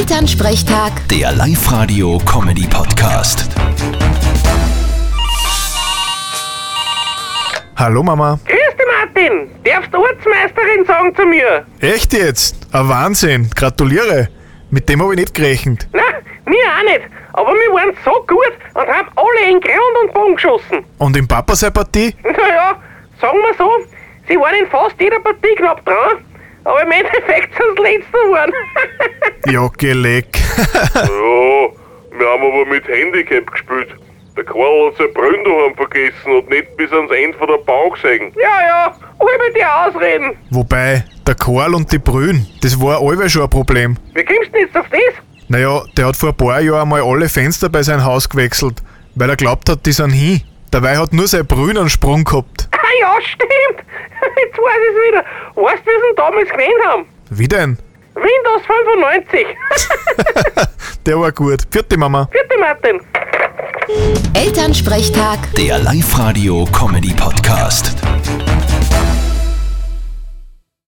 Elternsprechtag, Der Live-Radio-Comedy-Podcast. Hallo Mama. Grüß dich, Martin. Darfst Ortsmeisterin sagen zu mir? Echt jetzt? Ein Wahnsinn. Gratuliere. Mit dem habe ich nicht gerechnet. Na, mir auch nicht. Aber wir waren so gut und haben alle in Grund und Bogen geschossen. Und in Papa sei Partie? Naja, sagen wir so, sie waren in fast jeder Partie knapp dran. Aber im Endeffekt sind sie Letzte geworden. Ja, geleck. Ja, wir haben aber mit Handicap gespielt. Der Karl hat sein Brünn daheim vergessen und nicht bis ans Ende von der Bank gesehen. ja, ja, über die Ausreden. Wobei, der Karl und die Brühen, das war allweil schon ein Problem. Wie kommst du denn jetzt auf das? Naja, der hat vor ein paar Jahren mal alle Fenster bei seinem Haus gewechselt, weil er glaubt hat, die sind hin. Dabei hat nur sein Brühen einen Sprung gehabt. Ah ja, stimmt. Jetzt weiß ich es wieder. Weißt du, wie sie ihn damals genannt haben? Wie denn? Windows 95. Der war gut. Vierte Mama. Bitte, Martin. Elternsprechtag. Der Live-Radio-Comedy-Podcast.